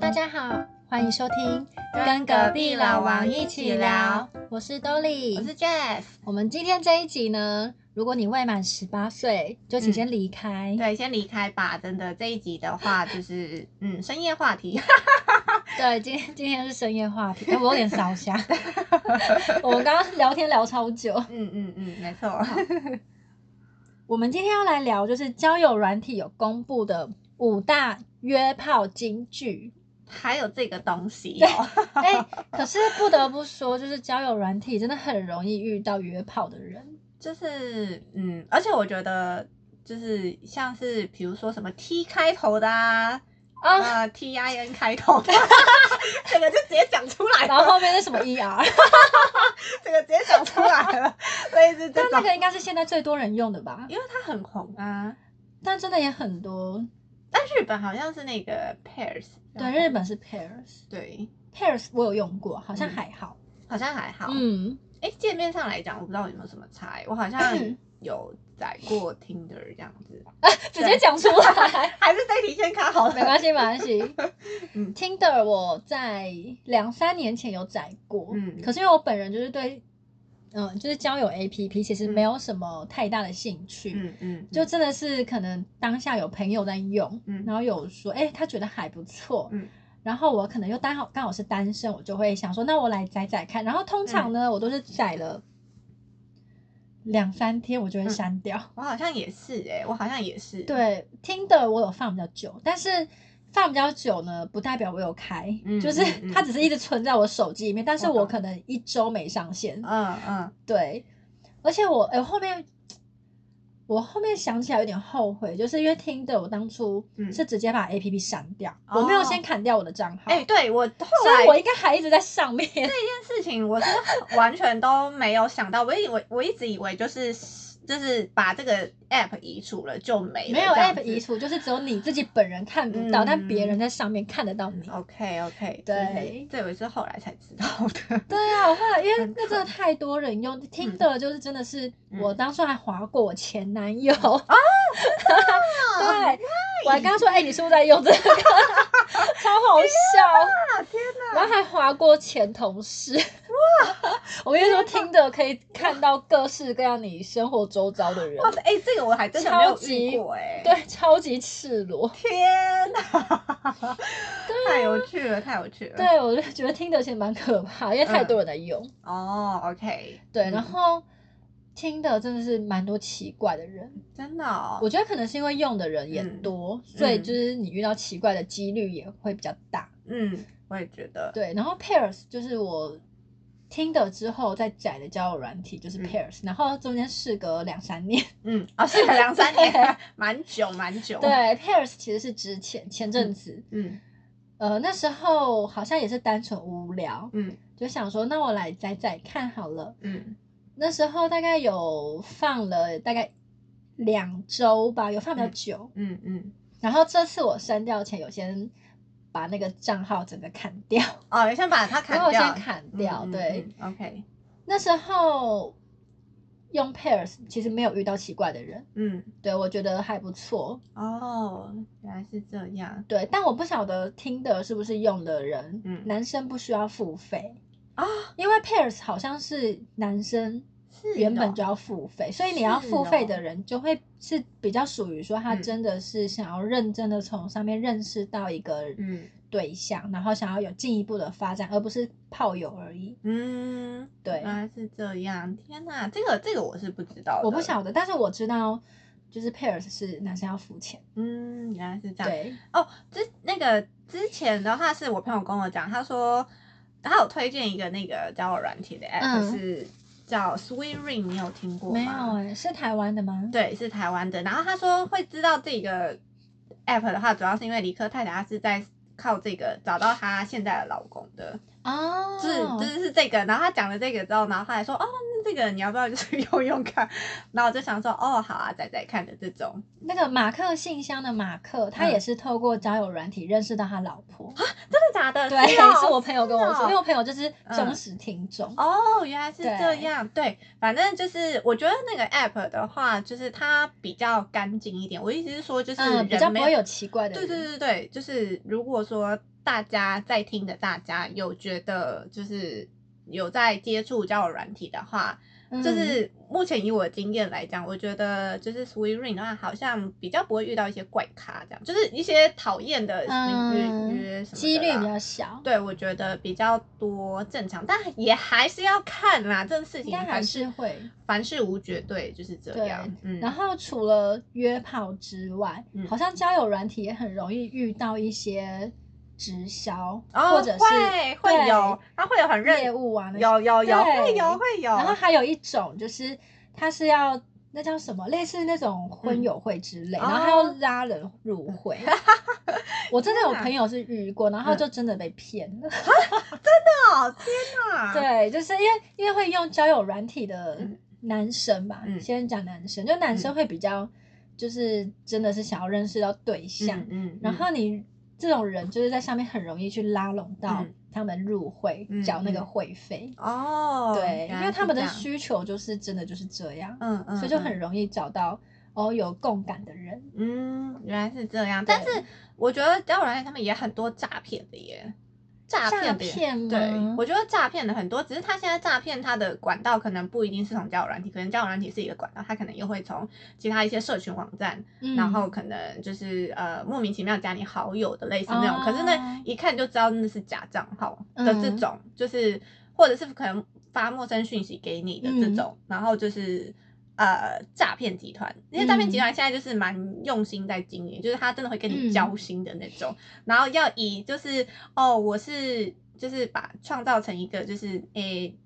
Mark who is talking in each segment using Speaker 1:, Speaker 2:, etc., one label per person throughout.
Speaker 1: 大家好，欢迎收听《
Speaker 2: 跟隔壁老王一起聊》，
Speaker 1: 我是 Dolly，
Speaker 2: 我是 Jeff。
Speaker 1: 我们今天这一集呢，如果你未满十八岁，就请先离开。
Speaker 2: 嗯对，先离开吧。真的，这一集的话就是，嗯，深夜话题。
Speaker 1: 对，今天今天是深夜话题，哎我有点烧 瞎。我们刚刚聊天聊超久。
Speaker 2: 嗯嗯嗯，没错。
Speaker 1: 我们今天要来聊，就是交友软体有公布的五大约炮金句。
Speaker 2: 还有这个东西哦。
Speaker 1: 哎、可是不得不说，就是交友软体真的很容易遇到约炮的人。
Speaker 2: 就是嗯，而且我觉得就是像是比如说什么 T 开头的啊，
Speaker 1: 啊
Speaker 2: 呃 T I N 开头的，这个就直接讲出来
Speaker 1: 然后
Speaker 2: 了，
Speaker 1: 后面是什么 ER？
Speaker 2: 这个直接讲出来了，类似这
Speaker 1: 但那
Speaker 2: 种，
Speaker 1: 个应该是现在最多人用的吧？
Speaker 2: 因为它很红啊。
Speaker 1: 但真的也很多。
Speaker 2: 但日本好像是那个 Pairs，
Speaker 1: 对，日本是 Pairs，Pairs
Speaker 2: 对，
Speaker 1: 我有用过，好像
Speaker 2: 嗯
Speaker 1: 还好。
Speaker 2: 好像还好。
Speaker 1: 嗯，
Speaker 2: 哎，界面上来讲，我不知道有没有什么差异。欸我好像有载过 Tinder 这样子，
Speaker 1: 直接讲出来，
Speaker 2: 还是这题先卡好 了。
Speaker 1: 没关系，没关 系。
Speaker 2: 嗯
Speaker 1: Tinder 我在两三年前有载过，
Speaker 2: 嗯
Speaker 1: 可是因为我本人就是对，嗯，就是交友 APP 其实
Speaker 2: 嗯
Speaker 1: 没有什么太大的兴趣。
Speaker 2: 嗯嗯，
Speaker 1: 就真的是可能当下有朋友在用，
Speaker 2: 嗯
Speaker 1: 然后有说，哎、他觉得还不错，
Speaker 2: 嗯
Speaker 1: 然后我可能又刚好刚好是单身，我就会想说，那我来载载看。然后通
Speaker 2: 嗯
Speaker 1: 常呢，我都是载了两三天，我就会
Speaker 2: 嗯
Speaker 1: 删掉。
Speaker 2: 我好像也是哎、我好像也是。，
Speaker 1: 对，听的我有放比较久，但是。放比较久呢，不代表我有开，
Speaker 2: 嗯
Speaker 1: 就是
Speaker 2: 嗯嗯
Speaker 1: 它只是一直存在我手机里面，但是
Speaker 2: 我懂
Speaker 1: 我可能一周没上线，
Speaker 2: 嗯嗯
Speaker 1: 对，而且我哎、我后面我后面想起来有点后悔，就是因为听的我当初
Speaker 2: 嗯
Speaker 1: 是直接把 A P P 删掉，我
Speaker 2: 哦
Speaker 1: 没有先砍掉我的账号，
Speaker 2: 哎、对我后
Speaker 1: 所
Speaker 2: 来
Speaker 1: 以我应该还一直在上面。
Speaker 2: 这件事情，我是 完全都没有想到。我以为我一直以为就是就是把这个 app 移除了就没了，
Speaker 1: 没有
Speaker 2: 这样
Speaker 1: App
Speaker 2: 子
Speaker 1: 移。除，就是只有你自己本人看不到，
Speaker 2: 嗯哦
Speaker 1: 但别人在上面看得到你。
Speaker 2: OK OK，
Speaker 1: 对
Speaker 2: 这我是后来才知道的。
Speaker 1: 对啊，我后来因为
Speaker 2: 很嗯
Speaker 1: 那真的太多人用，听的就是真的是，我当初还划过我前男友，
Speaker 2: 嗯啊
Speaker 1: 对，我还跟他说，哎、你是不是在用这个？ 超好笑。
Speaker 2: 啊天哪！
Speaker 1: 然后还划过前同事。 我跟你说，听的可以看到各式各样你生活周遭的人
Speaker 2: 哇，塞，哎、这个我还真的没有
Speaker 1: 超级
Speaker 2: 遇过哎、
Speaker 1: 对，超级赤裸。
Speaker 2: 天哪！太有趣了，太有趣了。
Speaker 1: 啊对，我就觉得听的其实蛮可怕，因为太多人在用。
Speaker 2: 哦，OK，
Speaker 1: 对，
Speaker 2: 嗯
Speaker 1: 然后听的真的是蛮多奇怪的人，
Speaker 2: 真的哦，
Speaker 1: 我觉得可能是因为用的人也
Speaker 2: 嗯
Speaker 1: 多，所以就是你遇到奇怪的几率也会比较大。
Speaker 2: 嗯，我也觉得，
Speaker 1: 对，然后 Pairs 就是我。听的之后再载的交友软体就是
Speaker 2: 嗯
Speaker 1: Pairs，、然后中间事隔两三 年，
Speaker 2: 嗯，哦，是的两 三
Speaker 1: 对
Speaker 2: 年，蛮久，蛮久，
Speaker 1: 对，，Pairs 其实是之前前阵子，
Speaker 2: 嗯
Speaker 1: 呃，那时候好像也是单纯无聊，
Speaker 2: 嗯
Speaker 1: 就想说那我来载载看好了。
Speaker 2: 嗯
Speaker 1: 那时候大概有放了大概两周吧，有放比较
Speaker 2: 嗯
Speaker 1: 久。
Speaker 2: 嗯嗯，
Speaker 1: 然后这次我删掉前，有先把那个账号整个砍掉，
Speaker 2: 哦，有先把它
Speaker 1: 然
Speaker 2: 砍
Speaker 1: 后 我
Speaker 2: 掉，
Speaker 1: 先砍掉。
Speaker 2: 嗯
Speaker 1: 对，
Speaker 2: 嗯嗯，OK，
Speaker 1: 那时候用 Pairs 其实没有遇到奇怪的人，
Speaker 2: 嗯，
Speaker 1: 对我觉得还不错。
Speaker 2: 哦，原来是这样
Speaker 1: 对，但我不晓得听的是不是用的人，
Speaker 2: 嗯
Speaker 1: 男生不需要付费，
Speaker 2: 啊，
Speaker 1: 因为 Pairs 好像是男生
Speaker 2: 是
Speaker 1: 原本
Speaker 2: 哦
Speaker 1: 就要付费，所以你
Speaker 2: 是
Speaker 1: 要付费的
Speaker 2: 哦
Speaker 1: 人就会是比较属于说他
Speaker 2: 嗯
Speaker 1: 真的是想要认真的从上面认识到一个
Speaker 2: 嗯
Speaker 1: 对象，然后想要有进一步的发展，而不是炮友而已。
Speaker 2: 嗯，
Speaker 1: 对
Speaker 2: 原来是这样，天哪，这个这个我是不知道的，
Speaker 1: 我不，晓得，但是我知道就是 Pairs 是男生要付钱，
Speaker 2: 嗯，原来是这样，
Speaker 1: 对，
Speaker 2: 哦，之那个之前的话是我朋友跟我讲，他说他有推荐一个那个交友软体的 app，、
Speaker 1: 嗯
Speaker 2: 是叫 Sweet Ring，你有听过吗？
Speaker 1: 没有哎、是台湾的吗？
Speaker 2: 对，是台湾的。然后他说会知道这个 app 的话，主要是因为理科太太她是在靠这个找到她现在的老公的，
Speaker 1: 哦，
Speaker 2: 就是就是是这个。然后他讲了这个之后，然后他还说哦，那这个你要不要就是 用用看？然后我就想说哦，好啊，仔仔看的这种，
Speaker 1: 那个马克信箱的马克，他
Speaker 2: 嗯
Speaker 1: 也是透过交友软体认识到他老婆。
Speaker 2: 真的假的？
Speaker 1: 对，
Speaker 2: 哦
Speaker 1: 是我朋友跟我
Speaker 2: 是
Speaker 1: 说，
Speaker 2: 哦
Speaker 1: 因为我朋友就是忠实听众。
Speaker 2: 哦，原来是这
Speaker 1: 对
Speaker 2: 样。对，反正就是我觉得那个 app 的话，就是它比较干净一点。我意思是说，就是
Speaker 1: 嗯，
Speaker 2: 人
Speaker 1: 比较不
Speaker 2: 没
Speaker 1: 会有奇怪的
Speaker 2: 对
Speaker 1: 人。
Speaker 2: 对对对，就是如果说大家在听的大家有觉得就是有在接触交友软体的话，
Speaker 1: 嗯
Speaker 2: 就是目前以我的经验来讲，我觉得就是 Sweet Ring 的话，好像比较不会遇到一些怪咖这样，就是一些讨厌的
Speaker 1: 嗯，
Speaker 2: 约约什么的啦
Speaker 1: 几率比较小，
Speaker 2: 对，我觉得比较多正常，但也还是要看啦，这事
Speaker 1: 应
Speaker 2: 情
Speaker 1: 该还
Speaker 2: 凡
Speaker 1: 是
Speaker 2: 事
Speaker 1: 会。
Speaker 2: 凡事无绝对，就是这
Speaker 1: 对
Speaker 2: 样。嗯，
Speaker 1: 然后除了约炮之外，
Speaker 2: 嗯
Speaker 1: 好像交友软体也很容易遇到一些直销，
Speaker 2: 哦
Speaker 1: 或者是
Speaker 2: 会会
Speaker 1: 对
Speaker 2: 有，然后会有很认
Speaker 1: 业务啊那种。
Speaker 2: 有有有
Speaker 1: 对
Speaker 2: 会有会有，
Speaker 1: 然后还有一种就是它是要那叫什么，类似那种婚友会之类，
Speaker 2: 嗯
Speaker 1: 然后它要拉人入会。 我真的有
Speaker 2: 天哪
Speaker 1: 朋友是遇过，然后
Speaker 2: 嗯
Speaker 1: 就真的被骗了。
Speaker 2: 哦天哪，
Speaker 1: 对，就是因为因为会用交友软体的
Speaker 2: 嗯
Speaker 1: 男生吧，
Speaker 2: 嗯
Speaker 1: 先讲男生，就男生会比较就是真的是想要认识到对象，
Speaker 2: 嗯嗯，
Speaker 1: 然后你这种人就是在上面很容易去拉拢到
Speaker 2: 嗯
Speaker 1: 他们入会，
Speaker 2: 嗯
Speaker 1: 缴那个
Speaker 2: 嗯
Speaker 1: 会费。
Speaker 2: 哦，
Speaker 1: 对，
Speaker 2: 原
Speaker 1: 因
Speaker 2: 来
Speaker 1: 为
Speaker 2: 是
Speaker 1: 他们的
Speaker 2: 这样
Speaker 1: 需求就是真的就是这样，
Speaker 2: 嗯嗯，
Speaker 1: 所以就
Speaker 2: 嗯
Speaker 1: 很容易找到哦有共感的人。
Speaker 2: 嗯，原来是这样。
Speaker 1: 对
Speaker 2: 但是我觉得交友软件他们也很多诈骗的耶，诈骗的耶
Speaker 1: 诈骗吗
Speaker 2: 对，我觉得诈骗的很多，只是他现在诈骗他的管道可能不一定是从交友软体，可能交友软体是一个管道，他可能又会从其他一些社群网站，
Speaker 1: 嗯
Speaker 2: 然后可能就是呃莫名其妙加你好友的类似那种，可是
Speaker 1: 啊
Speaker 2: 那一看就知道那是假账号的
Speaker 1: 嗯
Speaker 2: 这种，就是或者是可能发陌生讯息给你的
Speaker 1: 嗯
Speaker 2: 这种，然后就是。呃，诈骗集团，因为诈骗集团现在就是蛮用心在经营，就是他真的会跟
Speaker 1: 嗯
Speaker 2: 你交心的那种，然后要以就是哦，我是就是把创造成一个就是诶、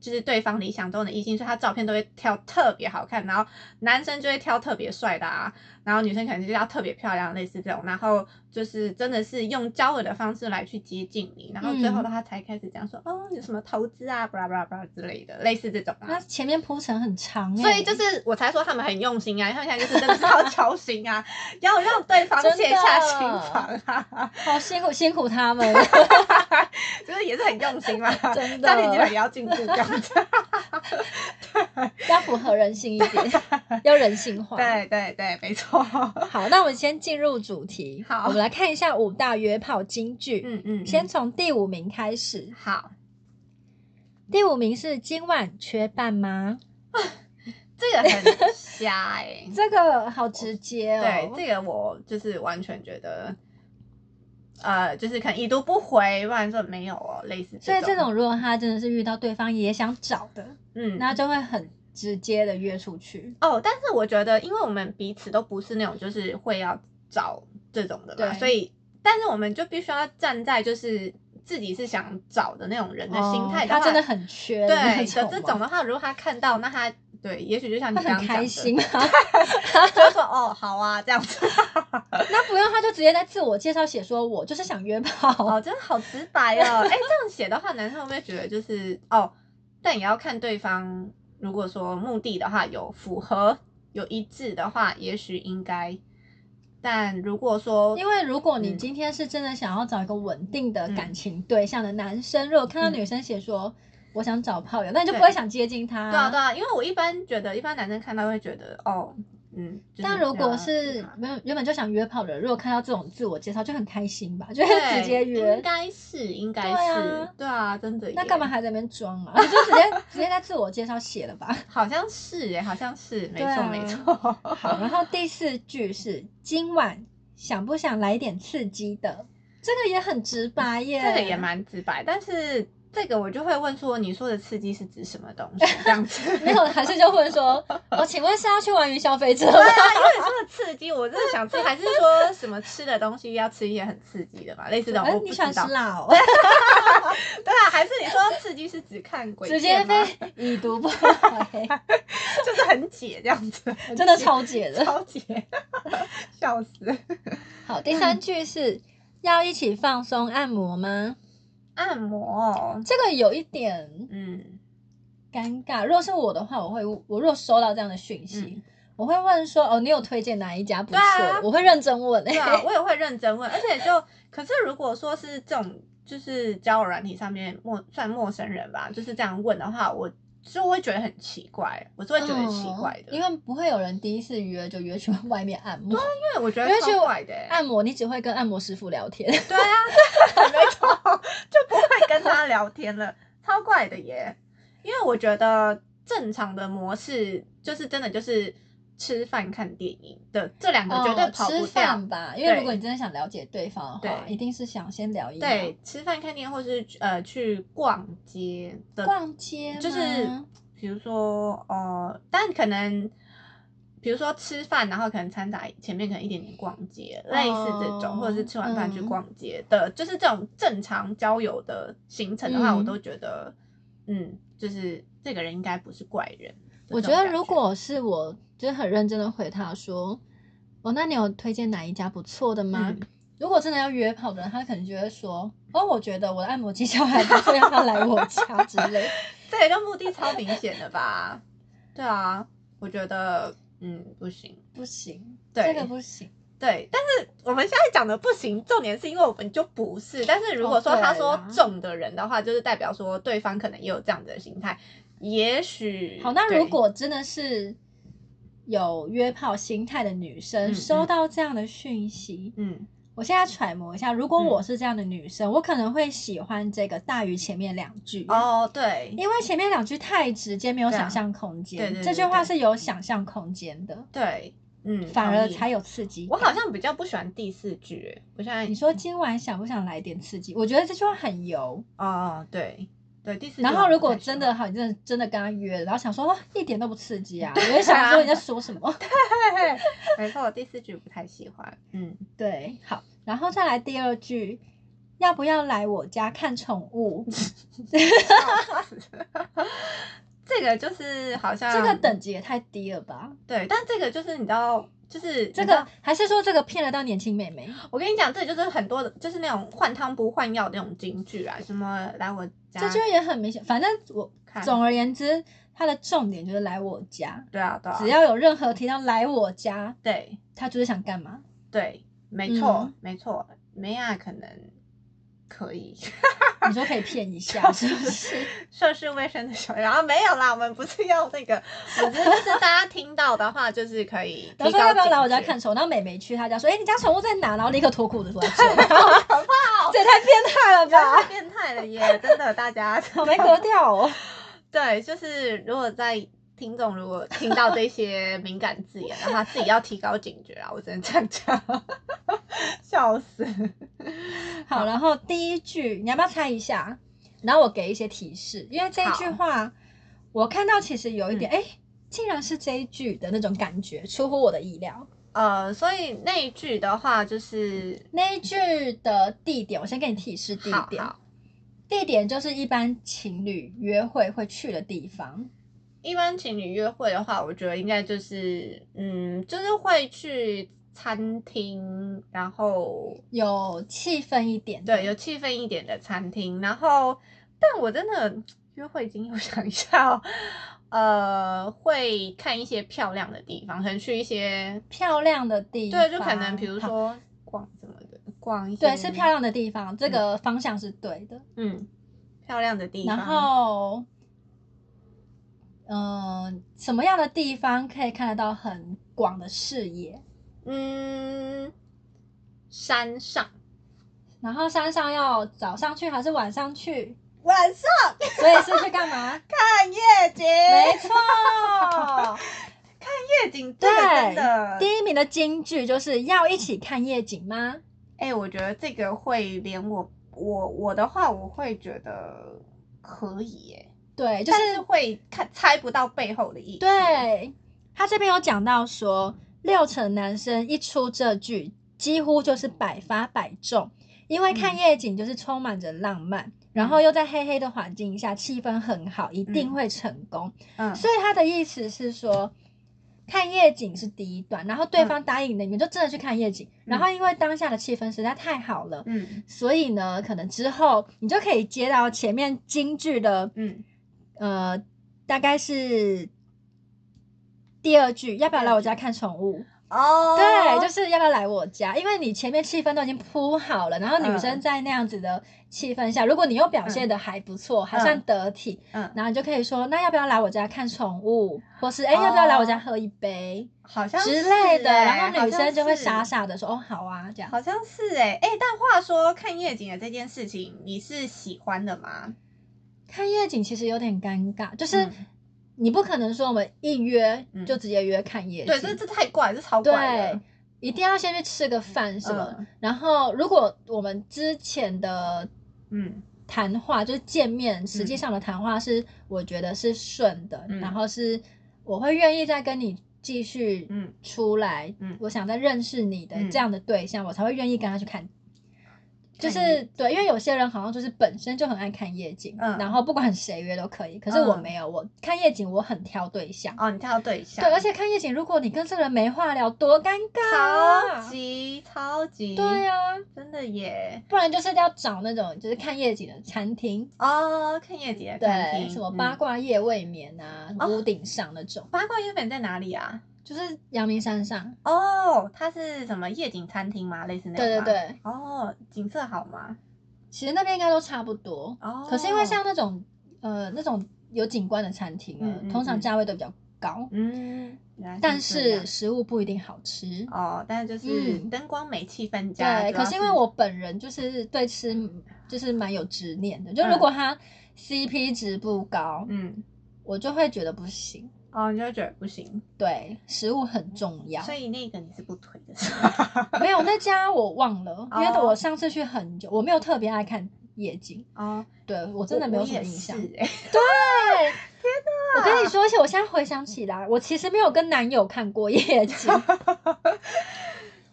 Speaker 2: 就是对方理想中的异性，所以他照片都会挑特别好看，然后男生就会挑特别帅的啊，然后女生可能就要特别漂亮，类似这种，然后就是真的是用交友的方式来去接近你，然后最
Speaker 1: 嗯
Speaker 2: 后的话才开始讲说、哦，有什么投资啊，巴拉巴拉巴拉之类的，类似这种啊
Speaker 1: 那。前面铺陈很长、欸，
Speaker 2: 所以就是我才说他们很用心啊，他们现在就是真的是要操心啊，要让对方
Speaker 1: 真的
Speaker 2: 卸下心防啊，
Speaker 1: 好辛苦辛苦他 们，
Speaker 2: 就是也是很用心嘛。
Speaker 1: 真
Speaker 2: 诈骗集团
Speaker 1: 的
Speaker 2: 也要进步，这样子。
Speaker 1: 要符合人性一 点，要人性化。
Speaker 2: 对对对，没错。
Speaker 1: 好，那我们先进入主题。
Speaker 2: 好
Speaker 1: 我们来看一下五大约炮金句。
Speaker 2: 嗯嗯，
Speaker 1: 先从第五名开始，
Speaker 2: 好，
Speaker 1: 第五名是今晚缺伴吗？
Speaker 2: 这个很瞎哎、
Speaker 1: 这个好直接
Speaker 2: 对
Speaker 1: 哦，，
Speaker 2: 这个我就是完全觉得，呃，就是可能已读不回，不然说没有哦，类似
Speaker 1: 所以这
Speaker 2: 这
Speaker 1: 种，如果他真的是遇到对方也想找的，
Speaker 2: 嗯，
Speaker 1: 那就会很直接的约出去。
Speaker 2: 哦，但是我觉得，因为我们彼此都不是那种就是会要找这种的嘛，
Speaker 1: 对
Speaker 2: 所以，但是我们就必须要站在就是自己是想找的那种人的心态
Speaker 1: 哦
Speaker 2: 的
Speaker 1: 他
Speaker 2: 话、
Speaker 1: 真的很缺
Speaker 2: 对
Speaker 1: 那
Speaker 2: 的
Speaker 1: 种
Speaker 2: 这
Speaker 1: 吗
Speaker 2: 种的话，如果他看到，那他对，也许就像你
Speaker 1: 他
Speaker 2: 刚
Speaker 1: 很
Speaker 2: 刚讲
Speaker 1: 开
Speaker 2: 的，
Speaker 1: 心
Speaker 2: 就
Speaker 1: 啊，
Speaker 2: 会说哦，好啊，这样子。
Speaker 1: 那不用他就直接在自我介绍写说我就是想约炮，
Speaker 2: 哦，真的好直白哦！哎、这样写的话，男生会不会觉得就是哦？但也要看对方，如果说目的的话有符合、有一致的话，也许应该。但如果说
Speaker 1: 因为如果你
Speaker 2: 嗯
Speaker 1: 今天是真的想要找一个稳定的
Speaker 2: 嗯
Speaker 1: 感情对象的男生，如果看到
Speaker 2: 嗯
Speaker 1: 女生写说、我想找炮友，那你就
Speaker 2: 对
Speaker 1: 不会想接近他。
Speaker 2: 对啊对啊，因为我一般觉得，一般男生看到会觉得哦，嗯。就是啊
Speaker 1: 但如
Speaker 2: 没
Speaker 1: 果
Speaker 2: 有
Speaker 1: 是没有原本就想约炮的人，如果看到这种自我介绍就很开心吧，就会
Speaker 2: 对
Speaker 1: 直接
Speaker 2: 应
Speaker 1: 约。
Speaker 2: 该是应该
Speaker 1: 对
Speaker 2: 是
Speaker 1: 啊
Speaker 2: 对啊，真的耶。
Speaker 1: 那干嘛还在那边装 啊？你就直接直接在自我介绍写了吧。
Speaker 2: 好像是哎，好像是，没
Speaker 1: 对
Speaker 2: 错、
Speaker 1: 啊
Speaker 2: 没错。
Speaker 1: 好，然后第四句是今晚想不想来点刺激的？这个也很直白耶，
Speaker 2: 这个也蛮直白，但是这个我就会问说，你说的刺激是指什么东西？这样 子。
Speaker 1: 没有，还是就会说，我、请问是要去玩云霄飞车吗？
Speaker 2: 对啊，因为你说的刺激，我真的想吃，还是说什么吃的东西要吃一些很刺激的嘛？类似这种，
Speaker 1: 哎
Speaker 2: 我
Speaker 1: 你
Speaker 2: 不
Speaker 1: 喜欢
Speaker 2: 知
Speaker 1: 吃
Speaker 2: 道。
Speaker 1: 辣哦，
Speaker 2: 对啊，还是你说刺激是只看鬼
Speaker 1: 直接
Speaker 2: 片吗
Speaker 1: 被已读不回，
Speaker 2: 就是很解这样 子，
Speaker 1: 真的
Speaker 2: 很解
Speaker 1: 超解的。
Speaker 2: 超解，笑死！
Speaker 1: 好，第三句是要一起放松按摩吗？
Speaker 2: 按摩哦，
Speaker 1: 这个有一点
Speaker 2: 嗯
Speaker 1: 尴尬。如果是我的话，我会我如果收到这样的讯息，
Speaker 2: 嗯，
Speaker 1: 我会问说哦，你有推荐哪一家不错？
Speaker 2: 对啊
Speaker 1: 我会认真问、
Speaker 2: 对 啊，我也会认真问，而且就可是如果说是这种就是交友软体上面陌算陌生人吧，就是这样问的话，我就会觉得很奇怪，我是会觉得奇怪的，
Speaker 1: 嗯因为不会有人第一次约就约去外面按摩。
Speaker 2: 因为我觉得
Speaker 1: 因为
Speaker 2: 超怪的、欸，
Speaker 1: 按摩你只会跟按摩师傅聊天，
Speaker 2: 对啊，没错，就不会跟他聊天 了，超怪的耶。因为我觉得正常的模式就是真的就是吃饭看电影的这两个绝对
Speaker 1: 嗯
Speaker 2: 跑
Speaker 1: 吃
Speaker 2: 不掉。
Speaker 1: 饭吧。因为
Speaker 2: 对
Speaker 1: 如果你真的想了解对方的话，
Speaker 2: 对
Speaker 1: 一定是想先聊一聊
Speaker 2: 对，吃饭看电影或是呃去逛街的，
Speaker 1: 逛街吗，
Speaker 2: 就是比如说呃，但可能。比如说吃饭，然后可能掺杂前面可能一点点逛街，
Speaker 1: 哦
Speaker 2: 类似这种，或者是吃完饭去
Speaker 1: 嗯
Speaker 2: 逛街的，就是这种正常交友的行程的话，我
Speaker 1: 嗯
Speaker 2: 都觉得，嗯，就是这个人应该不是怪人。就
Speaker 1: 我
Speaker 2: 这
Speaker 1: 觉
Speaker 2: 种
Speaker 1: 得
Speaker 2: 感
Speaker 1: 如果是我，就是很认真的回他说，哦，那你有推荐哪一家不错的吗？
Speaker 2: 嗯
Speaker 1: 如果真的要约炮的人，他可能就会说，哦，我觉得我的按摩技巧还不错，要不要来我家之类。
Speaker 2: 这个就目的超明显的吧？对啊，我觉得嗯不行。
Speaker 1: 不行，
Speaker 2: 对
Speaker 1: 这个不行。
Speaker 2: 对，但是我们现在讲的不行，重点是因为我们就不是。但是如果说
Speaker 1: 哦对
Speaker 2: 他说
Speaker 1: 啦
Speaker 2: 中的人的话，就是代表说对方可能也有这样子的心态，也许
Speaker 1: 好，那
Speaker 2: 对
Speaker 1: 如果真的是有约炮心态的女生、
Speaker 2: 嗯
Speaker 1: 收
Speaker 2: 嗯
Speaker 1: 到这样的讯息，
Speaker 2: 嗯
Speaker 1: 我现在揣摩一下，如果我是这样的女生，我可能会喜欢这个大于前面两句。
Speaker 2: 哦对
Speaker 1: 因为前面两句太直接，没有
Speaker 2: 对啊
Speaker 1: 想象空间。
Speaker 2: 对对对
Speaker 1: 这句话
Speaker 2: 对
Speaker 1: 是有想象空间的，
Speaker 2: 对嗯，
Speaker 1: 反而
Speaker 2: 同意
Speaker 1: 才有刺激
Speaker 2: 我
Speaker 1: 感。
Speaker 2: 好像比较不喜欢第四句，欸我现在
Speaker 1: 你说今晚想不想来点刺激？我觉得这句话很油。
Speaker 2: 哦对对第四句我
Speaker 1: 然
Speaker 2: 好哦
Speaker 1: 后如
Speaker 2: 像不太喜欢，
Speaker 1: 果真的好，你真的真的跟他约了，然后想说哇哦一点都不刺激 啊，我就想说你在说什么？
Speaker 2: 对，没错，第四句不太喜欢， 嗯。
Speaker 1: 对，好，然后再来第二句，要不要来我家看宠物？
Speaker 2: 这个就是好像
Speaker 1: 这个等级也太低了吧？
Speaker 2: 对，但这个就是你知道，就是你
Speaker 1: 这
Speaker 2: 知道
Speaker 1: 个还是说这个骗得到年轻妹妹？
Speaker 2: 我跟你讲，这就是很多的，就是那种换汤不换药的那种金句啊，什么来我家，
Speaker 1: 这句也很明显。反正我
Speaker 2: 啊看
Speaker 1: 总而言之，它的重点就是来我家。
Speaker 2: 对啊对啊，
Speaker 1: 只要有任何提到来我家，
Speaker 2: 对
Speaker 1: 他就是想干嘛？
Speaker 2: 对，没错、
Speaker 1: 嗯
Speaker 2: 没错，梅亚可能可以
Speaker 1: 你说可以骗一下，是不是？
Speaker 2: 涉世未深的时候，然后没有啦，我们不是要那个，我只是就是大家听到的话，就是可以 提
Speaker 1: 然后
Speaker 2: 高
Speaker 1: 说要不要来我家
Speaker 2: 警觉
Speaker 1: 看宠？物？然后美美去他家说：“哎、你家宠物在哪？”然后立刻脱裤子出来吃，好可 怕！这也太变态了
Speaker 2: 不要太
Speaker 1: 吧！
Speaker 2: 变态了耶！真的，大家
Speaker 1: 好没格调哦。
Speaker 2: 对，就是如果在听众如果听到这些敏感字眼的话，自己要提高警觉啊！我只能这样讲，笑死。
Speaker 1: 好，然后第一句你要不要猜一下？然后我给一些提示，因为这一句
Speaker 2: 好嗯
Speaker 1: 话我看到其实有一点，哎、竟然是这一句的那种感觉，出乎我的意料。
Speaker 2: 呃，所以那一句的话就是
Speaker 1: 那一句的地点，我先给你提示地
Speaker 2: 好
Speaker 1: 点。
Speaker 2: 好
Speaker 1: 地点就是一般情侣约会会去的地方，
Speaker 2: 一般情侣约会的话，我觉得应该就是嗯，就是会去餐厅，然后
Speaker 1: 有气氛一点的。
Speaker 2: 对有气氛一点的餐厅，然后但我真的约会经验，我想一下哦。呃，会看一些漂亮的地方，可能去一些
Speaker 1: 漂亮的地方，
Speaker 2: 对，就可能比如
Speaker 1: 好，
Speaker 2: 说嗯逛什么的，逛一些
Speaker 1: 对，是漂，亮的地方，这个方向是对的。
Speaker 2: 嗯，漂亮的地方。
Speaker 1: 然后，嗯，什么样的地方可以看得到很广的视野？
Speaker 2: 嗯，山上
Speaker 1: 然后山上要早上去还是晚上去？
Speaker 2: 晚上
Speaker 1: 所以是去干 嘛？
Speaker 2: 看夜景，
Speaker 1: 没错，
Speaker 2: 夜景这个真的，
Speaker 1: 第一名的金句就是要一起看夜景吗？
Speaker 2: 哎、我觉得这个会连我我我的话，我会觉得可以耶、
Speaker 1: 对，就
Speaker 2: 但
Speaker 1: 是
Speaker 2: 是会看猜不到背后的意思。，
Speaker 1: 对，他这边有讲到说，六成男生一出这句，几乎就是百发百中，因为看
Speaker 2: 嗯
Speaker 1: 夜景就是充满着浪漫，然后又在黑黑的环境下，气氛很好，一定
Speaker 2: 嗯
Speaker 1: 会成功。
Speaker 2: 嗯，
Speaker 1: 所以他的意思是说。看夜景是第一段，然后对
Speaker 2: 嗯
Speaker 1: 方答应你，你们就真的去看夜景。然
Speaker 2: 嗯
Speaker 1: 后因为当下的气氛实在太好了，
Speaker 2: 嗯
Speaker 1: 所以呢，可能之后你就可以接到前面京剧的
Speaker 2: 嗯，
Speaker 1: 呃，大概是第二句，要不要来我家看宠物？
Speaker 2: 哦，
Speaker 1: 对，就是要不要来我家？因为你前面气氛都已经铺好了，然后女生
Speaker 2: 嗯
Speaker 1: 在那样子的气氛下，如果你又表现的还不错，还算得体，
Speaker 2: 嗯，
Speaker 1: 然后你就可以说，那要不要来我家看宠物，或是哎、要不要来我家
Speaker 2: 哦
Speaker 1: 喝一杯
Speaker 2: 好像
Speaker 1: 之
Speaker 2: 是
Speaker 1: 类的？
Speaker 2: 欸
Speaker 1: 然后女生就会傻。
Speaker 2: 好像是
Speaker 1: 傻的说，哦，好啊，这样。
Speaker 2: 好像是哎、哎、但话说看夜景的这件事情，你是喜欢的吗？
Speaker 1: 看夜景其实有点尴尬，就是
Speaker 2: 嗯
Speaker 1: 你不可能说我们一约
Speaker 2: 嗯
Speaker 1: 就直接约看夜景，
Speaker 2: 对，这这太怪，这超怪
Speaker 1: 对
Speaker 2: 的。，
Speaker 1: 一定要先去吃个饭什么的。
Speaker 2: 嗯
Speaker 1: 然后，如果我们之前的
Speaker 2: 嗯
Speaker 1: 谈话就是见面，实际上的谈话是、我觉得是顺的，
Speaker 2: 嗯
Speaker 1: 然后是我会愿意再跟你继续
Speaker 2: 嗯
Speaker 1: 出来，
Speaker 2: 嗯
Speaker 1: 我想再认识你的
Speaker 2: 嗯
Speaker 1: 这样的对象，我才会愿意跟他去看。就
Speaker 2: 看
Speaker 1: 是
Speaker 2: 夜
Speaker 1: 对，因为有些人好像就是本身就很爱看夜景，
Speaker 2: 嗯
Speaker 1: 然后不管谁约都可以。可是我
Speaker 2: 嗯
Speaker 1: 没有，我看夜景我很挑对象。
Speaker 2: 哦，你挑对象，
Speaker 1: 对，而且看夜景，如果你跟这个人没话聊，多尴尬啊！
Speaker 2: 超级超级，
Speaker 1: 对啊，
Speaker 2: 真的耶。
Speaker 1: 不然就是要找那种就是看夜景的餐厅，
Speaker 2: 哦，看夜景的餐
Speaker 1: 对，
Speaker 2: 厅，
Speaker 1: 什么
Speaker 2: 嗯哦
Speaker 1: 八卦夜未眠啊，什么屋顶上那种，
Speaker 2: 八卦夜本在哪里啊？
Speaker 1: 就是阳明山上。
Speaker 2: 哦，它是什么夜景餐厅吗？类似那种
Speaker 1: 对对
Speaker 2: 吗。
Speaker 1: 对，
Speaker 2: 哦，景色好吗？
Speaker 1: 其实那边应该都差不多。
Speaker 2: 哦，
Speaker 1: 可是因为像那种呃那种有景观的餐厅啊
Speaker 2: 嗯，嗯
Speaker 1: 通常价位都比较高，
Speaker 2: 嗯，原来
Speaker 1: 但
Speaker 2: 这
Speaker 1: 是
Speaker 2: 样
Speaker 1: 食物不一定好吃。
Speaker 2: 哦，但是就是
Speaker 1: 嗯
Speaker 2: 灯光美、气氛佳。
Speaker 1: 对，
Speaker 2: 主要
Speaker 1: 可是因为我本人就是对吃就是蛮有执念的，就如
Speaker 2: 嗯
Speaker 1: 果它 CP 值不高，
Speaker 2: 嗯，
Speaker 1: 我就会觉得不行。
Speaker 2: 哦，你就会觉得不行，
Speaker 1: 对，食物很重要。
Speaker 2: 所以那个你是不推的是吧？
Speaker 1: 没有那家我忘了，因为
Speaker 2: 哦
Speaker 1: 我上次去很久，我没有特别爱看夜景，
Speaker 2: 哦，
Speaker 1: 对我真的没有什么印象。
Speaker 2: 我
Speaker 1: 对
Speaker 2: 也，是欸
Speaker 1: 我跟你说，而且我现在回想起来，我其实没有跟男友看过夜 景。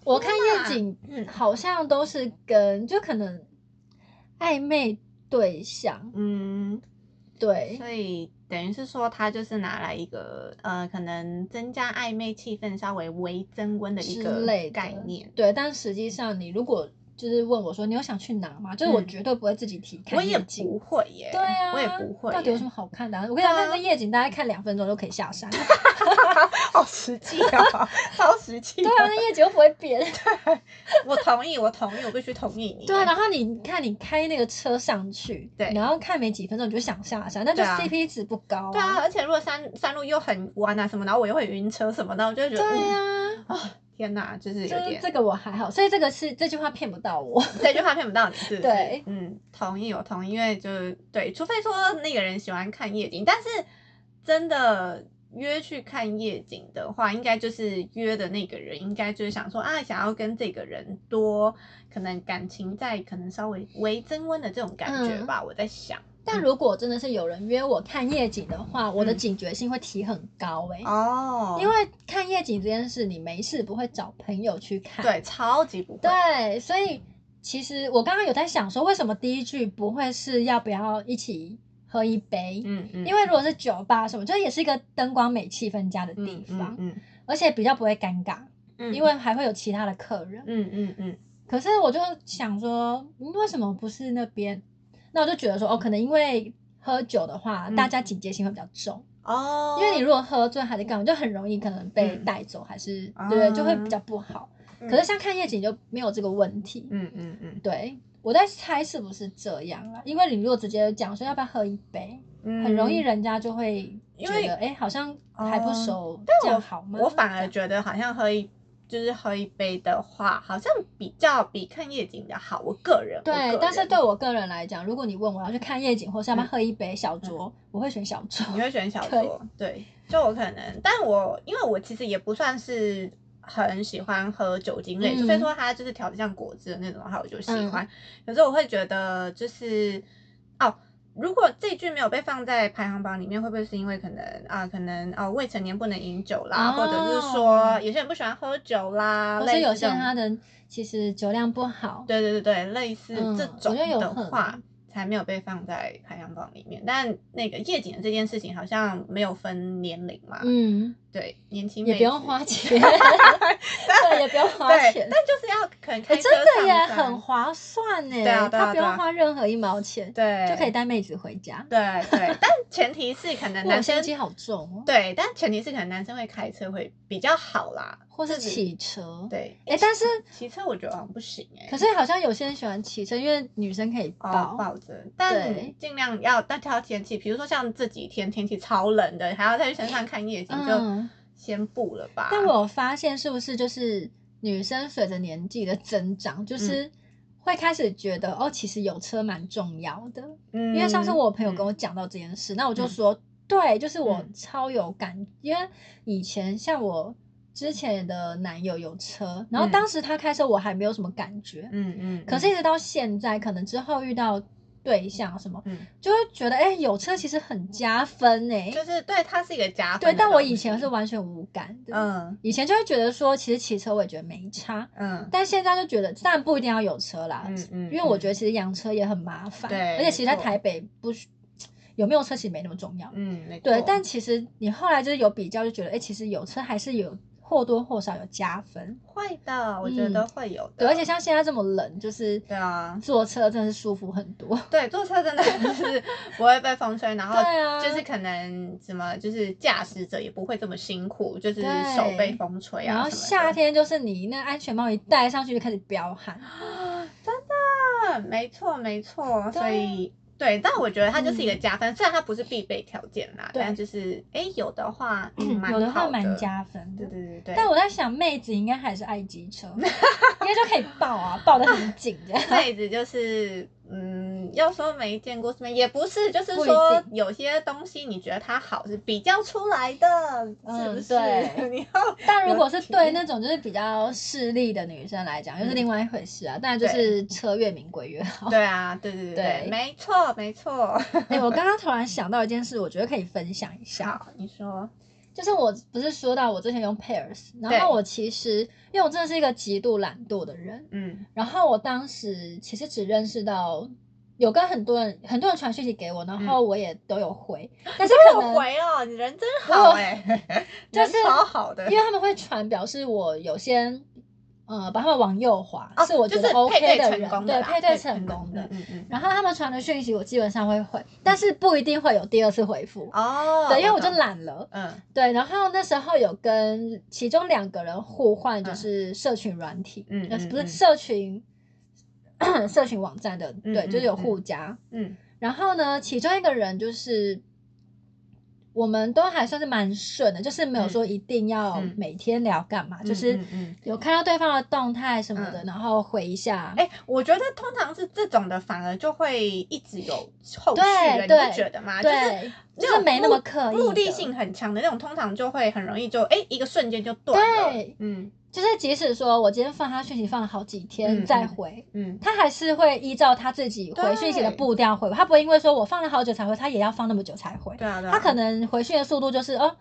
Speaker 1: 我看夜景，嗯，好像都是跟就可能暧昧对象，
Speaker 2: 嗯，
Speaker 1: 对
Speaker 2: 所以等于是说，它就是拿来一个呃，可能增加暧昧气氛、稍微微增温的一
Speaker 1: 之
Speaker 2: 个
Speaker 1: 类的
Speaker 2: 概念。
Speaker 1: 对。但实际上，你如果就是问我说你有想去哪吗？就是我
Speaker 2: 嗯
Speaker 1: 绝对不会自己提看
Speaker 2: 我也
Speaker 1: 夜景。
Speaker 2: 不会耶，
Speaker 1: 对啊，
Speaker 2: 我也不会耶，
Speaker 1: 到底有什么好看的啊、我跟你讲，
Speaker 2: 对啊
Speaker 1: 那个夜景大概看两分钟就可以下山。对
Speaker 2: 好实际 啊，超实际。
Speaker 1: 啊，那夜景又不会 变。
Speaker 2: 我同意，我同意，我必须同意你。
Speaker 1: 对，啊然后你看你开那个车上去，
Speaker 2: 对
Speaker 1: 然后看没几分钟你就想下山，那就
Speaker 2: 对啊
Speaker 1: CP 值不高、
Speaker 2: 对啊，而且如果山山路又很弯啊什么，然后我又会晕车什么的，我就会觉
Speaker 1: 对
Speaker 2: 得，嗯
Speaker 1: 啊，
Speaker 2: 天哪，就是有
Speaker 1: 就是
Speaker 2: 点
Speaker 1: 这个我还好，所以这个是这句话骗不到 我。
Speaker 2: 这句话骗不到你，是不是？
Speaker 1: 对，
Speaker 2: 嗯，同意，我同意，因为就是对，除非说那个人喜欢看夜景，但是真的约去看夜景的话，应该就是约的那个人应该就是想说啊，想要跟这个人多可能感情在可能稍微微增温的这种感觉
Speaker 1: 嗯
Speaker 2: 吧，我在想。
Speaker 1: 但如果真的是有人约我看夜景的话，我的
Speaker 2: 嗯
Speaker 1: 警觉性会提很高哎、
Speaker 2: 哦
Speaker 1: 因为看夜景这件事，你没事不会找朋友去看，
Speaker 2: 对，超级不会。
Speaker 1: 对，所以其实我刚刚有在想说，为什么第一句不会是要不要一起喝一杯？
Speaker 2: 嗯嗯，
Speaker 1: 因为如果是酒吧什么，这也是一个灯光美、气氛佳的
Speaker 2: 嗯
Speaker 1: 地方，
Speaker 2: 嗯嗯
Speaker 1: 而且比较不会尴尬，
Speaker 2: 嗯，
Speaker 1: 因为还会有其他的客人。
Speaker 2: 嗯嗯嗯
Speaker 1: 可是我就想说，嗯为什么不是那边？那我就觉得说，哦，可能因为喝酒的话，
Speaker 2: 嗯
Speaker 1: 大家警戒心会比较重，
Speaker 2: 哦，
Speaker 1: 因为你如果喝醉还是干嘛，就很容易可能被
Speaker 2: 嗯
Speaker 1: 带走，还是、对，就会比
Speaker 2: 啊
Speaker 1: 较不好。
Speaker 2: 嗯
Speaker 1: 可是像看夜景就没有这个问题，
Speaker 2: 嗯嗯嗯
Speaker 1: 对，我在猜是不是这样啦？因为你如果直接讲说要不要喝一杯，
Speaker 2: 嗯，
Speaker 1: 很容易人家就会
Speaker 2: 因
Speaker 1: 觉
Speaker 2: 为
Speaker 1: 得，哎、好像还不
Speaker 2: 哦
Speaker 1: 熟，
Speaker 2: 但
Speaker 1: 这样好吗？
Speaker 2: 我反而
Speaker 1: 这样
Speaker 2: 觉得好像喝一就是喝一杯的话，好像比较比看夜景的好。我个人我个
Speaker 1: 对，
Speaker 2: 人
Speaker 1: 但是对我个人来讲，如果你问我要去看夜景，或是要不要
Speaker 2: 嗯
Speaker 1: 喝一杯小酌，我会选小酌。
Speaker 2: 你会选小
Speaker 1: 对
Speaker 2: 酌，对，就我可能，但我因为我其实也不算是很喜欢喝酒精类，
Speaker 1: 嗯
Speaker 2: 所以说它就是调的像果汁的那种的话，我就喜欢。可是我会觉得就是哦。如果这句没有被放在排行榜里面，会不会是因为可能啊、可能哦未成年不能饮酒啦，或者是
Speaker 1: 哦
Speaker 2: 说有些人不喜欢喝酒啦，
Speaker 1: 或
Speaker 2: 类
Speaker 1: 是
Speaker 2: 似
Speaker 1: 有些
Speaker 2: 这种
Speaker 1: 他的其实酒量不好，
Speaker 2: 对对对对，类似这
Speaker 1: 嗯我
Speaker 2: 种
Speaker 1: 觉得有
Speaker 2: 的
Speaker 1: 可
Speaker 2: 话，
Speaker 1: 能
Speaker 2: 才没有被放在排行榜里面。但那个夜景的这件事情好像没有分年龄嘛，
Speaker 1: 嗯，
Speaker 2: 对，年轻
Speaker 1: 也
Speaker 2: 妹
Speaker 1: 不用
Speaker 2: 子
Speaker 1: 花 钱，对，也不用花
Speaker 2: 对，
Speaker 1: 钱
Speaker 2: 但，就是要可能开
Speaker 1: 哎
Speaker 2: 车
Speaker 1: 真的
Speaker 2: 上
Speaker 1: 耶，
Speaker 2: 山
Speaker 1: 很划算呢，
Speaker 2: 对啊对
Speaker 1: 他
Speaker 2: 啊
Speaker 1: 不
Speaker 2: 对啊
Speaker 1: 用花任何一毛钱，
Speaker 2: 对，
Speaker 1: 就可以带妹子回家。
Speaker 2: 对对，但前提是可 能
Speaker 1: 哇，
Speaker 2: 男
Speaker 1: 心
Speaker 2: 生
Speaker 1: 机好重哦，
Speaker 2: 对，但前提是可能男生会开车会比较好啦。
Speaker 1: 或是
Speaker 2: 自己
Speaker 1: 骑车。
Speaker 2: 对，
Speaker 1: 哎，但是
Speaker 2: 骑车我觉得好像不行哎、
Speaker 1: 可是好像有些人喜欢骑车，因为女生可以
Speaker 2: 哦，
Speaker 1: 抱。
Speaker 2: 抱着，但
Speaker 1: 对
Speaker 2: 尽量要但挑天气，比如说像这几天天气超冷的，还要再去山上看夜景，
Speaker 1: 嗯
Speaker 2: 就先不了吧。
Speaker 1: 但我有发现，是不是就是女生随着年纪的增长，
Speaker 2: 嗯
Speaker 1: 就是会开始觉得、哦，其实有车蛮重要的。
Speaker 2: 因
Speaker 1: 因为上次我朋友跟
Speaker 2: 我
Speaker 1: 我讲到这件事，那我就
Speaker 2: 嗯
Speaker 1: 说，对，就是我
Speaker 2: 嗯
Speaker 1: 超有感，因为以前像我之前的男友有车，然后
Speaker 2: 嗯
Speaker 1: 当时他开车我还没有什么感觉，
Speaker 2: 嗯嗯，
Speaker 1: 可是一直到现在，可能之后遇到对象啊什么，
Speaker 2: 嗯，
Speaker 1: 就会觉得哎、有车其实很加分哎、
Speaker 2: 就是对它是一个加分
Speaker 1: 对，
Speaker 2: 的
Speaker 1: 但我
Speaker 2: 东
Speaker 1: 以前
Speaker 2: 西
Speaker 1: 是完全无感的，
Speaker 2: 嗯
Speaker 1: 以前就会觉得说，其实骑车我也觉得没差，
Speaker 2: 嗯
Speaker 1: 但现在就觉得当然不一定要有车啦，
Speaker 2: 嗯嗯，
Speaker 1: 因为我
Speaker 2: 嗯
Speaker 1: 觉得其实养车也很麻烦，
Speaker 2: 对
Speaker 1: 而且其实在
Speaker 2: 没错
Speaker 1: 台北不需有没有车其实没那么重要，
Speaker 2: 嗯没
Speaker 1: 对
Speaker 2: 错，
Speaker 1: 但其实你后来就是有比较，就觉得哎、诶其实有车还是有或多或少有加分，
Speaker 2: 会的，我觉
Speaker 1: 嗯
Speaker 2: 得会有的。
Speaker 1: 对，而且像现在这么冷，就是
Speaker 2: 啊对啊
Speaker 1: 坐车真的是舒服很多，
Speaker 2: 对，坐车真的就是不会被风吹，然后
Speaker 1: 对啊
Speaker 2: 就是可能什么，就是驾驶者也不会这么辛苦，就是
Speaker 1: 对
Speaker 2: 手被风吹啊。
Speaker 1: 然后夏，天就是你那安全帽一戴上去就开始飙汗，
Speaker 2: 嗯，没错没错，
Speaker 1: 对嗯
Speaker 2: 所以对，但我觉得它就是一个加分，虽然它不是必备条件啦，
Speaker 1: 对
Speaker 2: 但就是哎有的话，嗯蛮
Speaker 1: 有的话
Speaker 2: 好
Speaker 1: 蛮加分
Speaker 2: 对
Speaker 1: 的。
Speaker 2: 对对对。
Speaker 1: 但我在想，妹子应该还是爱机车， 应该就可以抱啊，抱得很紧 这样。
Speaker 2: 妹子就是，嗯，要说没见过世面，也不是，就是
Speaker 1: 不一
Speaker 2: 说
Speaker 1: 定
Speaker 2: 有些东西你觉得它好是比较出来的，是不
Speaker 1: 嗯
Speaker 2: 是？
Speaker 1: 对
Speaker 2: 你要
Speaker 1: 但如果是对
Speaker 2: 有体
Speaker 1: 那种就是比较势利的女生来讲，又是
Speaker 2: 嗯
Speaker 1: 另外一回事啊。当然就是车越名贵越 好。
Speaker 2: 对啊，对对对对，
Speaker 1: 对
Speaker 2: 没错没错。
Speaker 1: 哎、我刚刚突然想到一件事，我觉得可以分享一下，
Speaker 2: 好，你说，
Speaker 1: 就是我不是说到我之前用 Pairs，
Speaker 2: 对
Speaker 1: 然后我其实因为我真的是一个极度懒惰的人，
Speaker 2: 嗯
Speaker 1: 然后我当时其实只认识到。有跟很多人，很多人传讯息给我，然后我也都有回，但是可
Speaker 2: 后
Speaker 1: 能
Speaker 2: 悔哦，嗯啊你人真好哎、
Speaker 1: 就是
Speaker 2: 人超好的，
Speaker 1: 因为他们会传表示我有些呃把他们往右滑，
Speaker 2: 哦
Speaker 1: 是我觉
Speaker 2: 就
Speaker 1: 得
Speaker 2: 是
Speaker 1: OK
Speaker 2: 配
Speaker 1: 的
Speaker 2: 对
Speaker 1: 人，
Speaker 2: 成功的
Speaker 1: 对
Speaker 2: 啦，
Speaker 1: 配对成功的。
Speaker 2: 嗯嗯嗯。
Speaker 1: 然后他们传的讯息我基本上会回，但是不一定会有第二次回复。
Speaker 2: 哦，
Speaker 1: 对，因为我就
Speaker 2: 懂，
Speaker 1: 懒了。
Speaker 2: 嗯
Speaker 1: 对，然后那时候有跟其中两个人互换，就
Speaker 2: 嗯
Speaker 1: 是社群软体，
Speaker 2: 嗯
Speaker 1: 呃
Speaker 2: 嗯
Speaker 1: 不是
Speaker 2: 嗯
Speaker 1: 社群 社群网站的，
Speaker 2: 嗯
Speaker 1: 对，就是有
Speaker 2: 嗯嗯
Speaker 1: 互加。
Speaker 2: 嗯
Speaker 1: 然后呢，其中一个人就是我们都还算是蛮顺的，就是没有说一定要
Speaker 2: 嗯
Speaker 1: 每天聊干嘛，
Speaker 2: 嗯，
Speaker 1: 就是
Speaker 2: 嗯嗯
Speaker 1: 有看到对方的动态什么的，
Speaker 2: 嗯
Speaker 1: 然后回一下。
Speaker 2: 哎、我觉得通常是这种的，反而就会一直有后续
Speaker 1: 对
Speaker 2: 了，你
Speaker 1: 对
Speaker 2: 不觉得吗？就是
Speaker 1: 对，就是没那么刻意的
Speaker 2: 目的性很强的那种，通常就会很容易就哎、一个瞬间就断了。
Speaker 1: 对，
Speaker 2: 嗯
Speaker 1: 就是即使说我今天放他讯息放了好几天
Speaker 2: 嗯
Speaker 1: 再
Speaker 2: 嗯
Speaker 1: 回，
Speaker 2: 嗯，
Speaker 1: 他还是会依照他自己回讯息的
Speaker 2: 对
Speaker 1: 步调回，他不会因为说我放了好久才回，他也要放那么久才回。
Speaker 2: 对啊对啊。
Speaker 1: 他可能回讯的速度就是哦，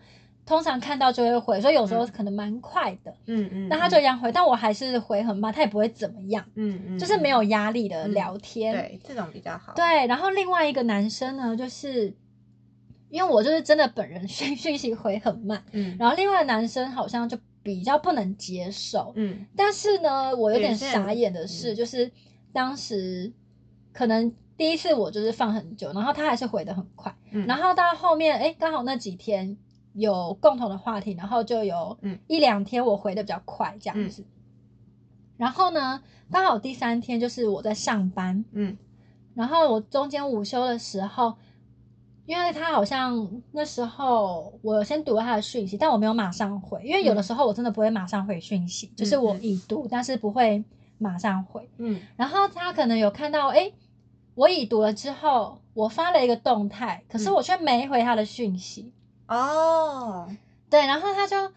Speaker 1: 通常看到就会回，所以有时候
Speaker 2: 嗯
Speaker 1: 可能蛮快的。
Speaker 2: 嗯嗯，
Speaker 1: 那他就一样回，但我还是回很慢，他也不会怎么样，
Speaker 2: 嗯嗯，
Speaker 1: 就是没
Speaker 2: 嗯
Speaker 1: 有压力的
Speaker 2: 嗯
Speaker 1: 聊天。
Speaker 2: 对这种比较好。
Speaker 1: 对然后另外一个男生呢，就是因为我就是真的本人 讯讯息回很慢，
Speaker 2: 嗯，
Speaker 1: 然后另外的男生好像就比较不能接受。
Speaker 2: 嗯
Speaker 1: 但是呢，我有
Speaker 2: 女
Speaker 1: 点
Speaker 2: 生
Speaker 1: 傻眼的是，
Speaker 2: 嗯
Speaker 1: 就是当时可能第一次我就是放很久，然后他还是回的很快，
Speaker 2: 嗯，
Speaker 1: 然后到后面哎，刚好那几天有共同的话题，然后就有
Speaker 2: 嗯
Speaker 1: 一两天我回的比较快这样子。然后呢，刚好第三天就是我在上班，
Speaker 2: 嗯
Speaker 1: 然后我中间午休的时候，因为他好像那时候我先读了他的讯息，但我没有马上回，因为有的
Speaker 2: 嗯
Speaker 1: 时候我真的不会马上回讯息，就是
Speaker 2: 嗯
Speaker 1: 我
Speaker 2: 嗯
Speaker 1: 已读，但是不会马上回。
Speaker 2: 嗯
Speaker 1: 然后他可能有看到，哎，我已读了之后，我发了一个动态，可是
Speaker 2: 嗯
Speaker 1: 我却没回他的讯息。
Speaker 2: 哦，
Speaker 1: 对，然后他就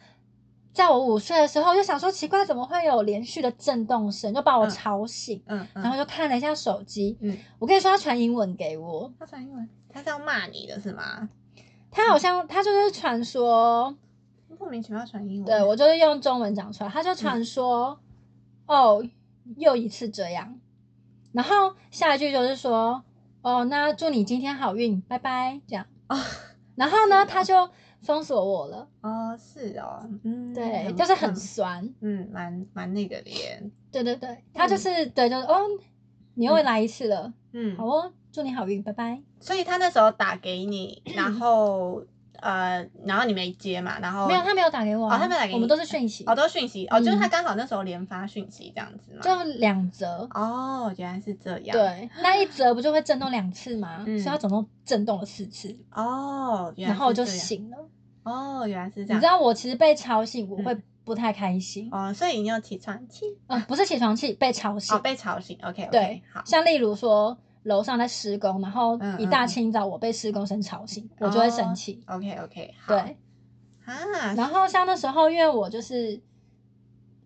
Speaker 1: 在我午睡的时候，就想说奇怪，怎么会有连续的震动声，就把我
Speaker 2: 嗯
Speaker 1: 吵醒。
Speaker 2: 嗯嗯，
Speaker 1: 然后就看了一下手机，
Speaker 2: 嗯，
Speaker 1: 我跟你说，他传英文给我，
Speaker 2: 他传英文，他是要骂你的是吗？
Speaker 1: 他
Speaker 2: 嗯
Speaker 1: 好像他就是传说，
Speaker 2: 莫名其妙传英文，
Speaker 1: 对我就是用中文讲出来，他
Speaker 2: 嗯
Speaker 1: 就传说，哦，又一次这样，然后下一句就是说，哦，那祝你今天好运，拜拜，这样。
Speaker 2: 啊
Speaker 1: 然后呢，
Speaker 2: 是
Speaker 1: 他就封锁我了，
Speaker 2: 哦，是哦，嗯，
Speaker 1: 对，
Speaker 2: 嗯
Speaker 1: 就是很
Speaker 2: 嗯
Speaker 1: 酸，
Speaker 2: 嗯，蛮蛮那个的耶，
Speaker 1: 对对对，他就是对，就是哦，你又来一次了，
Speaker 2: 嗯，
Speaker 1: 好哦，祝你好运，拜拜。
Speaker 2: 所以他那时候打给你，然后呃，然后你没接嘛，然后
Speaker 1: 没有，他没有打给我啊，
Speaker 2: 哦他没有打给你
Speaker 1: 我们都是讯息，
Speaker 2: 哦，都是讯息哦，就是
Speaker 1: 嗯
Speaker 2: 他刚好那时候连发讯息这样子嘛，
Speaker 1: 就两折。
Speaker 2: 哦，原来是这样，，
Speaker 1: 对，那一折不就会震动两次吗？
Speaker 2: 嗯
Speaker 1: 所以它总共震动了四次，
Speaker 2: 哦，原来
Speaker 1: 然后我
Speaker 2: 是
Speaker 1: 就
Speaker 2: 这样，
Speaker 1: 醒了。
Speaker 2: 哦，原来是这
Speaker 1: 你知
Speaker 2: 样，
Speaker 1: 道我其实被吵醒，我
Speaker 2: 嗯
Speaker 1: 会不太开心，
Speaker 2: 哦，所以你有起床气，
Speaker 1: 嗯，不是起床气，被吵醒
Speaker 2: 哦，。被吵醒，OK，
Speaker 1: 对
Speaker 2: 好，，
Speaker 1: 像例如说楼上在施工，然后
Speaker 2: 嗯
Speaker 1: 一
Speaker 2: 嗯
Speaker 1: 大
Speaker 2: 嗯
Speaker 1: 清早我被施工声吵醒，我就会生气。
Speaker 2: ，OK OK，好，
Speaker 1: 对，
Speaker 2: 啊，
Speaker 1: 然后像那时候，因为我就是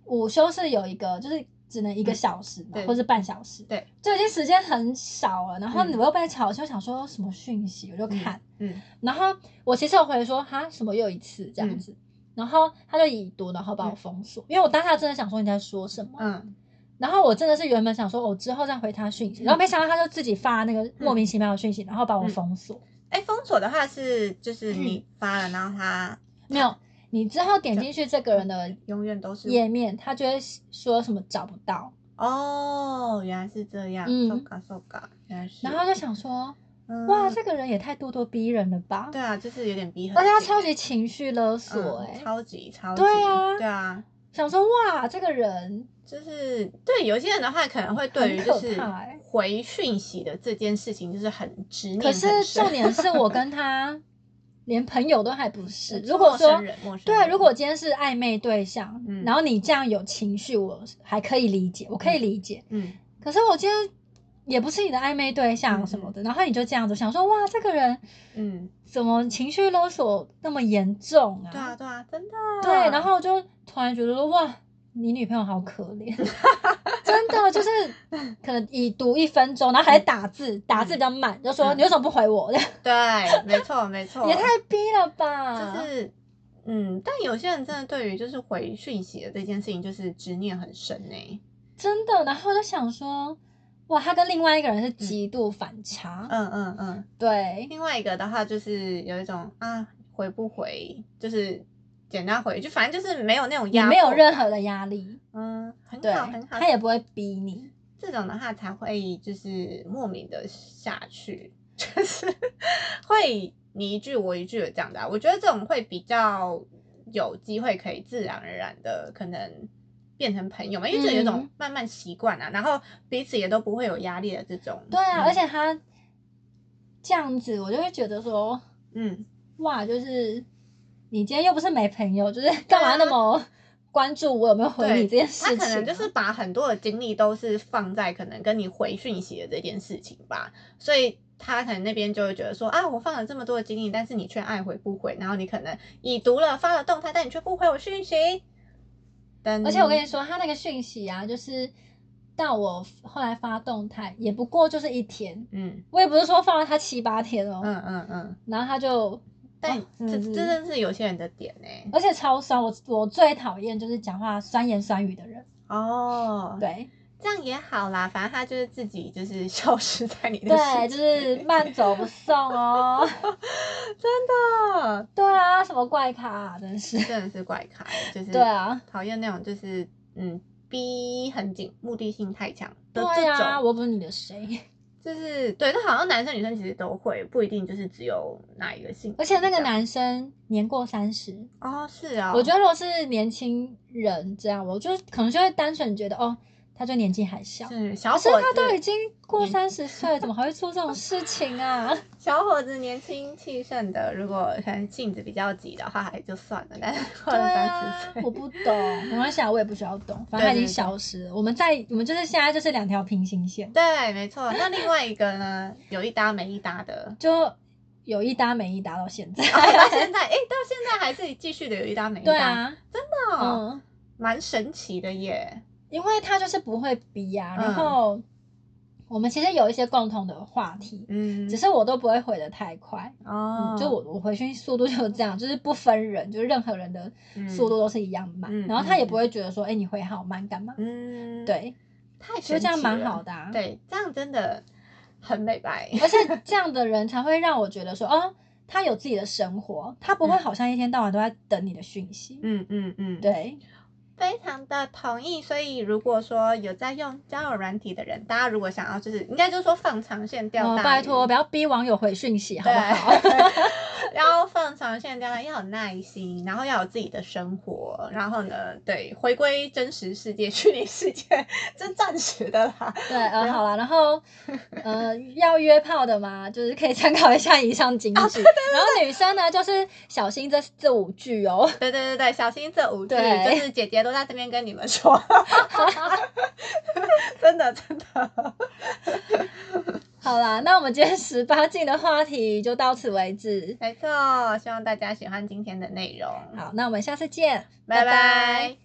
Speaker 1: 午休是有一个，就是只能一个小时嘛，
Speaker 2: 对
Speaker 1: 或是半小时，
Speaker 2: 对，
Speaker 1: 就已经时间很少了。然后
Speaker 2: 嗯
Speaker 1: 我又被吵醒，我想说什么讯息，我就看。
Speaker 2: 嗯，
Speaker 1: 然后我其实有回说哈什么又一次这样
Speaker 2: 嗯
Speaker 1: 子，然后他就已读，然后把我封锁，因为我当下真的想说你在说什么。
Speaker 2: 嗯
Speaker 1: 然后我真的是原本想说，我、之后再回他讯息，
Speaker 2: 嗯
Speaker 1: 然后没想到他就自己发那个莫名其妙的讯息，然后把我
Speaker 2: 嗯
Speaker 1: 封锁。
Speaker 2: 哎，封锁的话是就是你
Speaker 1: 嗯
Speaker 2: 发了，然后他
Speaker 1: 没有，你之后点进去这个人的
Speaker 2: 永远都是
Speaker 1: 页面，他就会说什么找不到，
Speaker 2: 哦，原来是这样，
Speaker 1: 嗯
Speaker 2: 受嘎受嘎，原来是，
Speaker 1: 然后就想说，
Speaker 2: 嗯
Speaker 1: 哇，这个人也太咄咄逼人了吧？
Speaker 2: 对啊，就是有点逼很紧，
Speaker 1: 而且他超级情绪勒索、
Speaker 2: 嗯
Speaker 1: 欸，哎、
Speaker 2: 超级超级，
Speaker 1: 对啊
Speaker 2: 对啊，
Speaker 1: 想说哇，这个人
Speaker 2: 就是对有些人的话，可能会对于
Speaker 1: 很
Speaker 2: 就
Speaker 1: 可
Speaker 2: 是
Speaker 1: 怕欸
Speaker 2: 回讯息的这件事情，就是很执念
Speaker 1: 可
Speaker 2: 很
Speaker 1: 是
Speaker 2: 深。
Speaker 1: 重点是我跟他连朋友都还不是。
Speaker 2: 是
Speaker 1: 如果
Speaker 2: 呃陌生
Speaker 1: 说
Speaker 2: 人陌生
Speaker 1: 对，啊
Speaker 2: 人
Speaker 1: 如果今天是暧昧对象，
Speaker 2: 嗯
Speaker 1: 然后你这样有情绪，我还可以理解，我可以理解。
Speaker 2: 嗯
Speaker 1: 可是我今天也不是你的暧昧对象什么的，然后你就这样子想说，哇，这个人
Speaker 2: 嗯，
Speaker 1: 怎么情绪勒索那么严重啊？
Speaker 2: 对啊对啊，真的
Speaker 1: 对，然后我就突然觉得说，哇，你女朋友好可 怜，真的就是可能已读一分钟，然后还打字，打字比较慢，就说
Speaker 2: 嗯
Speaker 1: 你为什么不回我？
Speaker 2: 对，没错没错，
Speaker 1: 也太逼了吧！
Speaker 2: 就是。嗯，但有些人真的对于就是回讯息的这件事情，就是执念很深欸呢、
Speaker 1: 真的，然后我就想说，哇，他跟另外一个人是极度反差，
Speaker 2: 嗯嗯嗯。
Speaker 1: 对，
Speaker 2: 另外一个的话，就是有一种啊，回不回，就是简单回，就反正就是没有那种
Speaker 1: 也
Speaker 2: 压迫感，
Speaker 1: 没有任何的压力，
Speaker 2: 嗯，很
Speaker 1: 对
Speaker 2: 好很，好
Speaker 1: 他。也不会逼你。
Speaker 2: 这种的话才会就是莫名的下去， 就是会你一句我一句的这样的啊、我觉得这种会比较有机会可以自然而然的可能变成朋友嘛，因为这有一种
Speaker 1: 嗯
Speaker 2: 慢慢习惯啊，然后彼此也都不会有压力的这种。
Speaker 1: 对啊，
Speaker 2: 嗯
Speaker 1: 而且他这样子，我就会觉得说，
Speaker 2: 嗯，
Speaker 1: 哇，就是你今天又不是没朋友，就是干嘛那么关注我有没有回
Speaker 2: 对
Speaker 1: 你这件事
Speaker 2: 他
Speaker 1: 情、啊
Speaker 2: 可能就是，把很多的精力都是放在可能跟你回讯息的这件事情吧，所以他可能那边就会觉得说啊，我放了这么多的精力，但是你却爱回不回，然后你可能已读了发了动态，但你却不回我讯息。但
Speaker 1: 而且我跟你说，他那个讯息啊，就是到我后来发动态，也不过就是一天，
Speaker 2: 嗯
Speaker 1: 我也不是说放了他七八天哦，
Speaker 2: 嗯嗯嗯，
Speaker 1: 然后他就。
Speaker 2: 但
Speaker 1: 哇
Speaker 2: 这
Speaker 1: 真的
Speaker 2: 这
Speaker 1: 是
Speaker 2: 真的是有些人的点欸呢、
Speaker 1: 而且超酸，我我最讨厌就是讲话酸言酸语的人。
Speaker 2: 哦，，
Speaker 1: 对
Speaker 2: 这样也好啦，反正他就是自己就是 消失在你的
Speaker 1: 对，
Speaker 2: 世
Speaker 1: 就
Speaker 2: 界，
Speaker 1: 是慢走不送 哦。
Speaker 2: 啊
Speaker 1: 对啊，什么怪咖、啊，真是。
Speaker 2: 真的是怪咖，就是
Speaker 1: 对啊，
Speaker 2: 讨厌那种就是嗯逼很紧、目的性太强的这
Speaker 1: 对
Speaker 2: 种，
Speaker 1: 啊，我又不是你的谁。
Speaker 2: 就是对，但好像男生女生其实都会，不一定就是只有哪一个性格
Speaker 1: 而
Speaker 2: 这
Speaker 1: 且
Speaker 2: 样。
Speaker 1: 那个男生年过三十，
Speaker 2: 哦是啊、
Speaker 1: 我觉得如果是年轻人这样，我就可能就会单纯觉得哦，他就年纪还小。
Speaker 2: 是小
Speaker 1: 可
Speaker 2: 伙
Speaker 1: 是
Speaker 2: 子，
Speaker 1: 他都已经过
Speaker 2: 年
Speaker 1: 三十岁，怎么还会做这种事情啊？
Speaker 2: 小伙子年轻气盛的，如果可能性子比较急的话，也就算了。但是过
Speaker 1: 对
Speaker 2: 了
Speaker 1: 啊
Speaker 2: 三十，岁，
Speaker 1: 我不懂，没关系啊，我也不需要懂，反正他已
Speaker 2: 对
Speaker 1: 经
Speaker 2: 对对
Speaker 1: 消失了。我们在我们就是现在就是两条平行线，。
Speaker 2: 对，没错。那另外一个呢，有一搭没一搭的
Speaker 1: 就有一搭没一搭到现在。
Speaker 2: 然后到现在，哎、到现在还是继续的有一搭没一搭，
Speaker 1: 对啊，
Speaker 2: 哦，
Speaker 1: 嗯，
Speaker 2: 蛮、神奇的耶。
Speaker 1: 因为他就是不会逼啊，
Speaker 2: 嗯
Speaker 1: 然后我们其实有一些共同的话题，
Speaker 2: 嗯，
Speaker 1: 只是我都不会回的太快。
Speaker 2: 哦
Speaker 1: 嗯，，就我我回去速度就是这样，就是不分人，就是任何人的速度都是一样慢，
Speaker 2: 嗯
Speaker 1: 然后他也不会觉得说，哎、你回好慢干嘛？
Speaker 2: 嗯，嗯，
Speaker 1: 对，
Speaker 2: 太
Speaker 1: 所
Speaker 2: 神
Speaker 1: 以这样
Speaker 2: 奇
Speaker 1: 蛮
Speaker 2: 了
Speaker 1: 好、的、啊。
Speaker 2: 对，这样真的很美 白。
Speaker 1: 而且这样的人才会让我觉得说，哦，他有自己的生活，他不会
Speaker 2: 嗯
Speaker 1: 好像一天到晚都在等你的讯息。
Speaker 2: 嗯嗯嗯，
Speaker 1: 对，
Speaker 2: 非常的同意。所以如果说有在用交友软体的人，大家如果想要就是应该就是说放长线钓
Speaker 1: 哦
Speaker 2: 大、鱼，
Speaker 1: 拜托，不要逼网友回讯息，好
Speaker 2: 对
Speaker 1: 不好？
Speaker 2: 然后放长线钓大鱼要有耐心，然后要有自己的生活，然后呢，对，回归真实世界，虚拟世界 这暂时的啦。
Speaker 1: 对，呃，好啦，然后，呃，要约炮的嘛，就是可以参考一下以上金句。
Speaker 2: 哦
Speaker 1: 然后女生呢，就是小心这这五句哦。
Speaker 2: 对对对对，小心这五句，
Speaker 1: 对
Speaker 2: 就是姐姐都在这边跟你们 说，真的真的。
Speaker 1: 好啦，那我们今天十八禁的话题就到此为止。
Speaker 2: 没错，希望大家喜欢今天的内容，
Speaker 1: 好，那我们下次见，
Speaker 2: 拜拜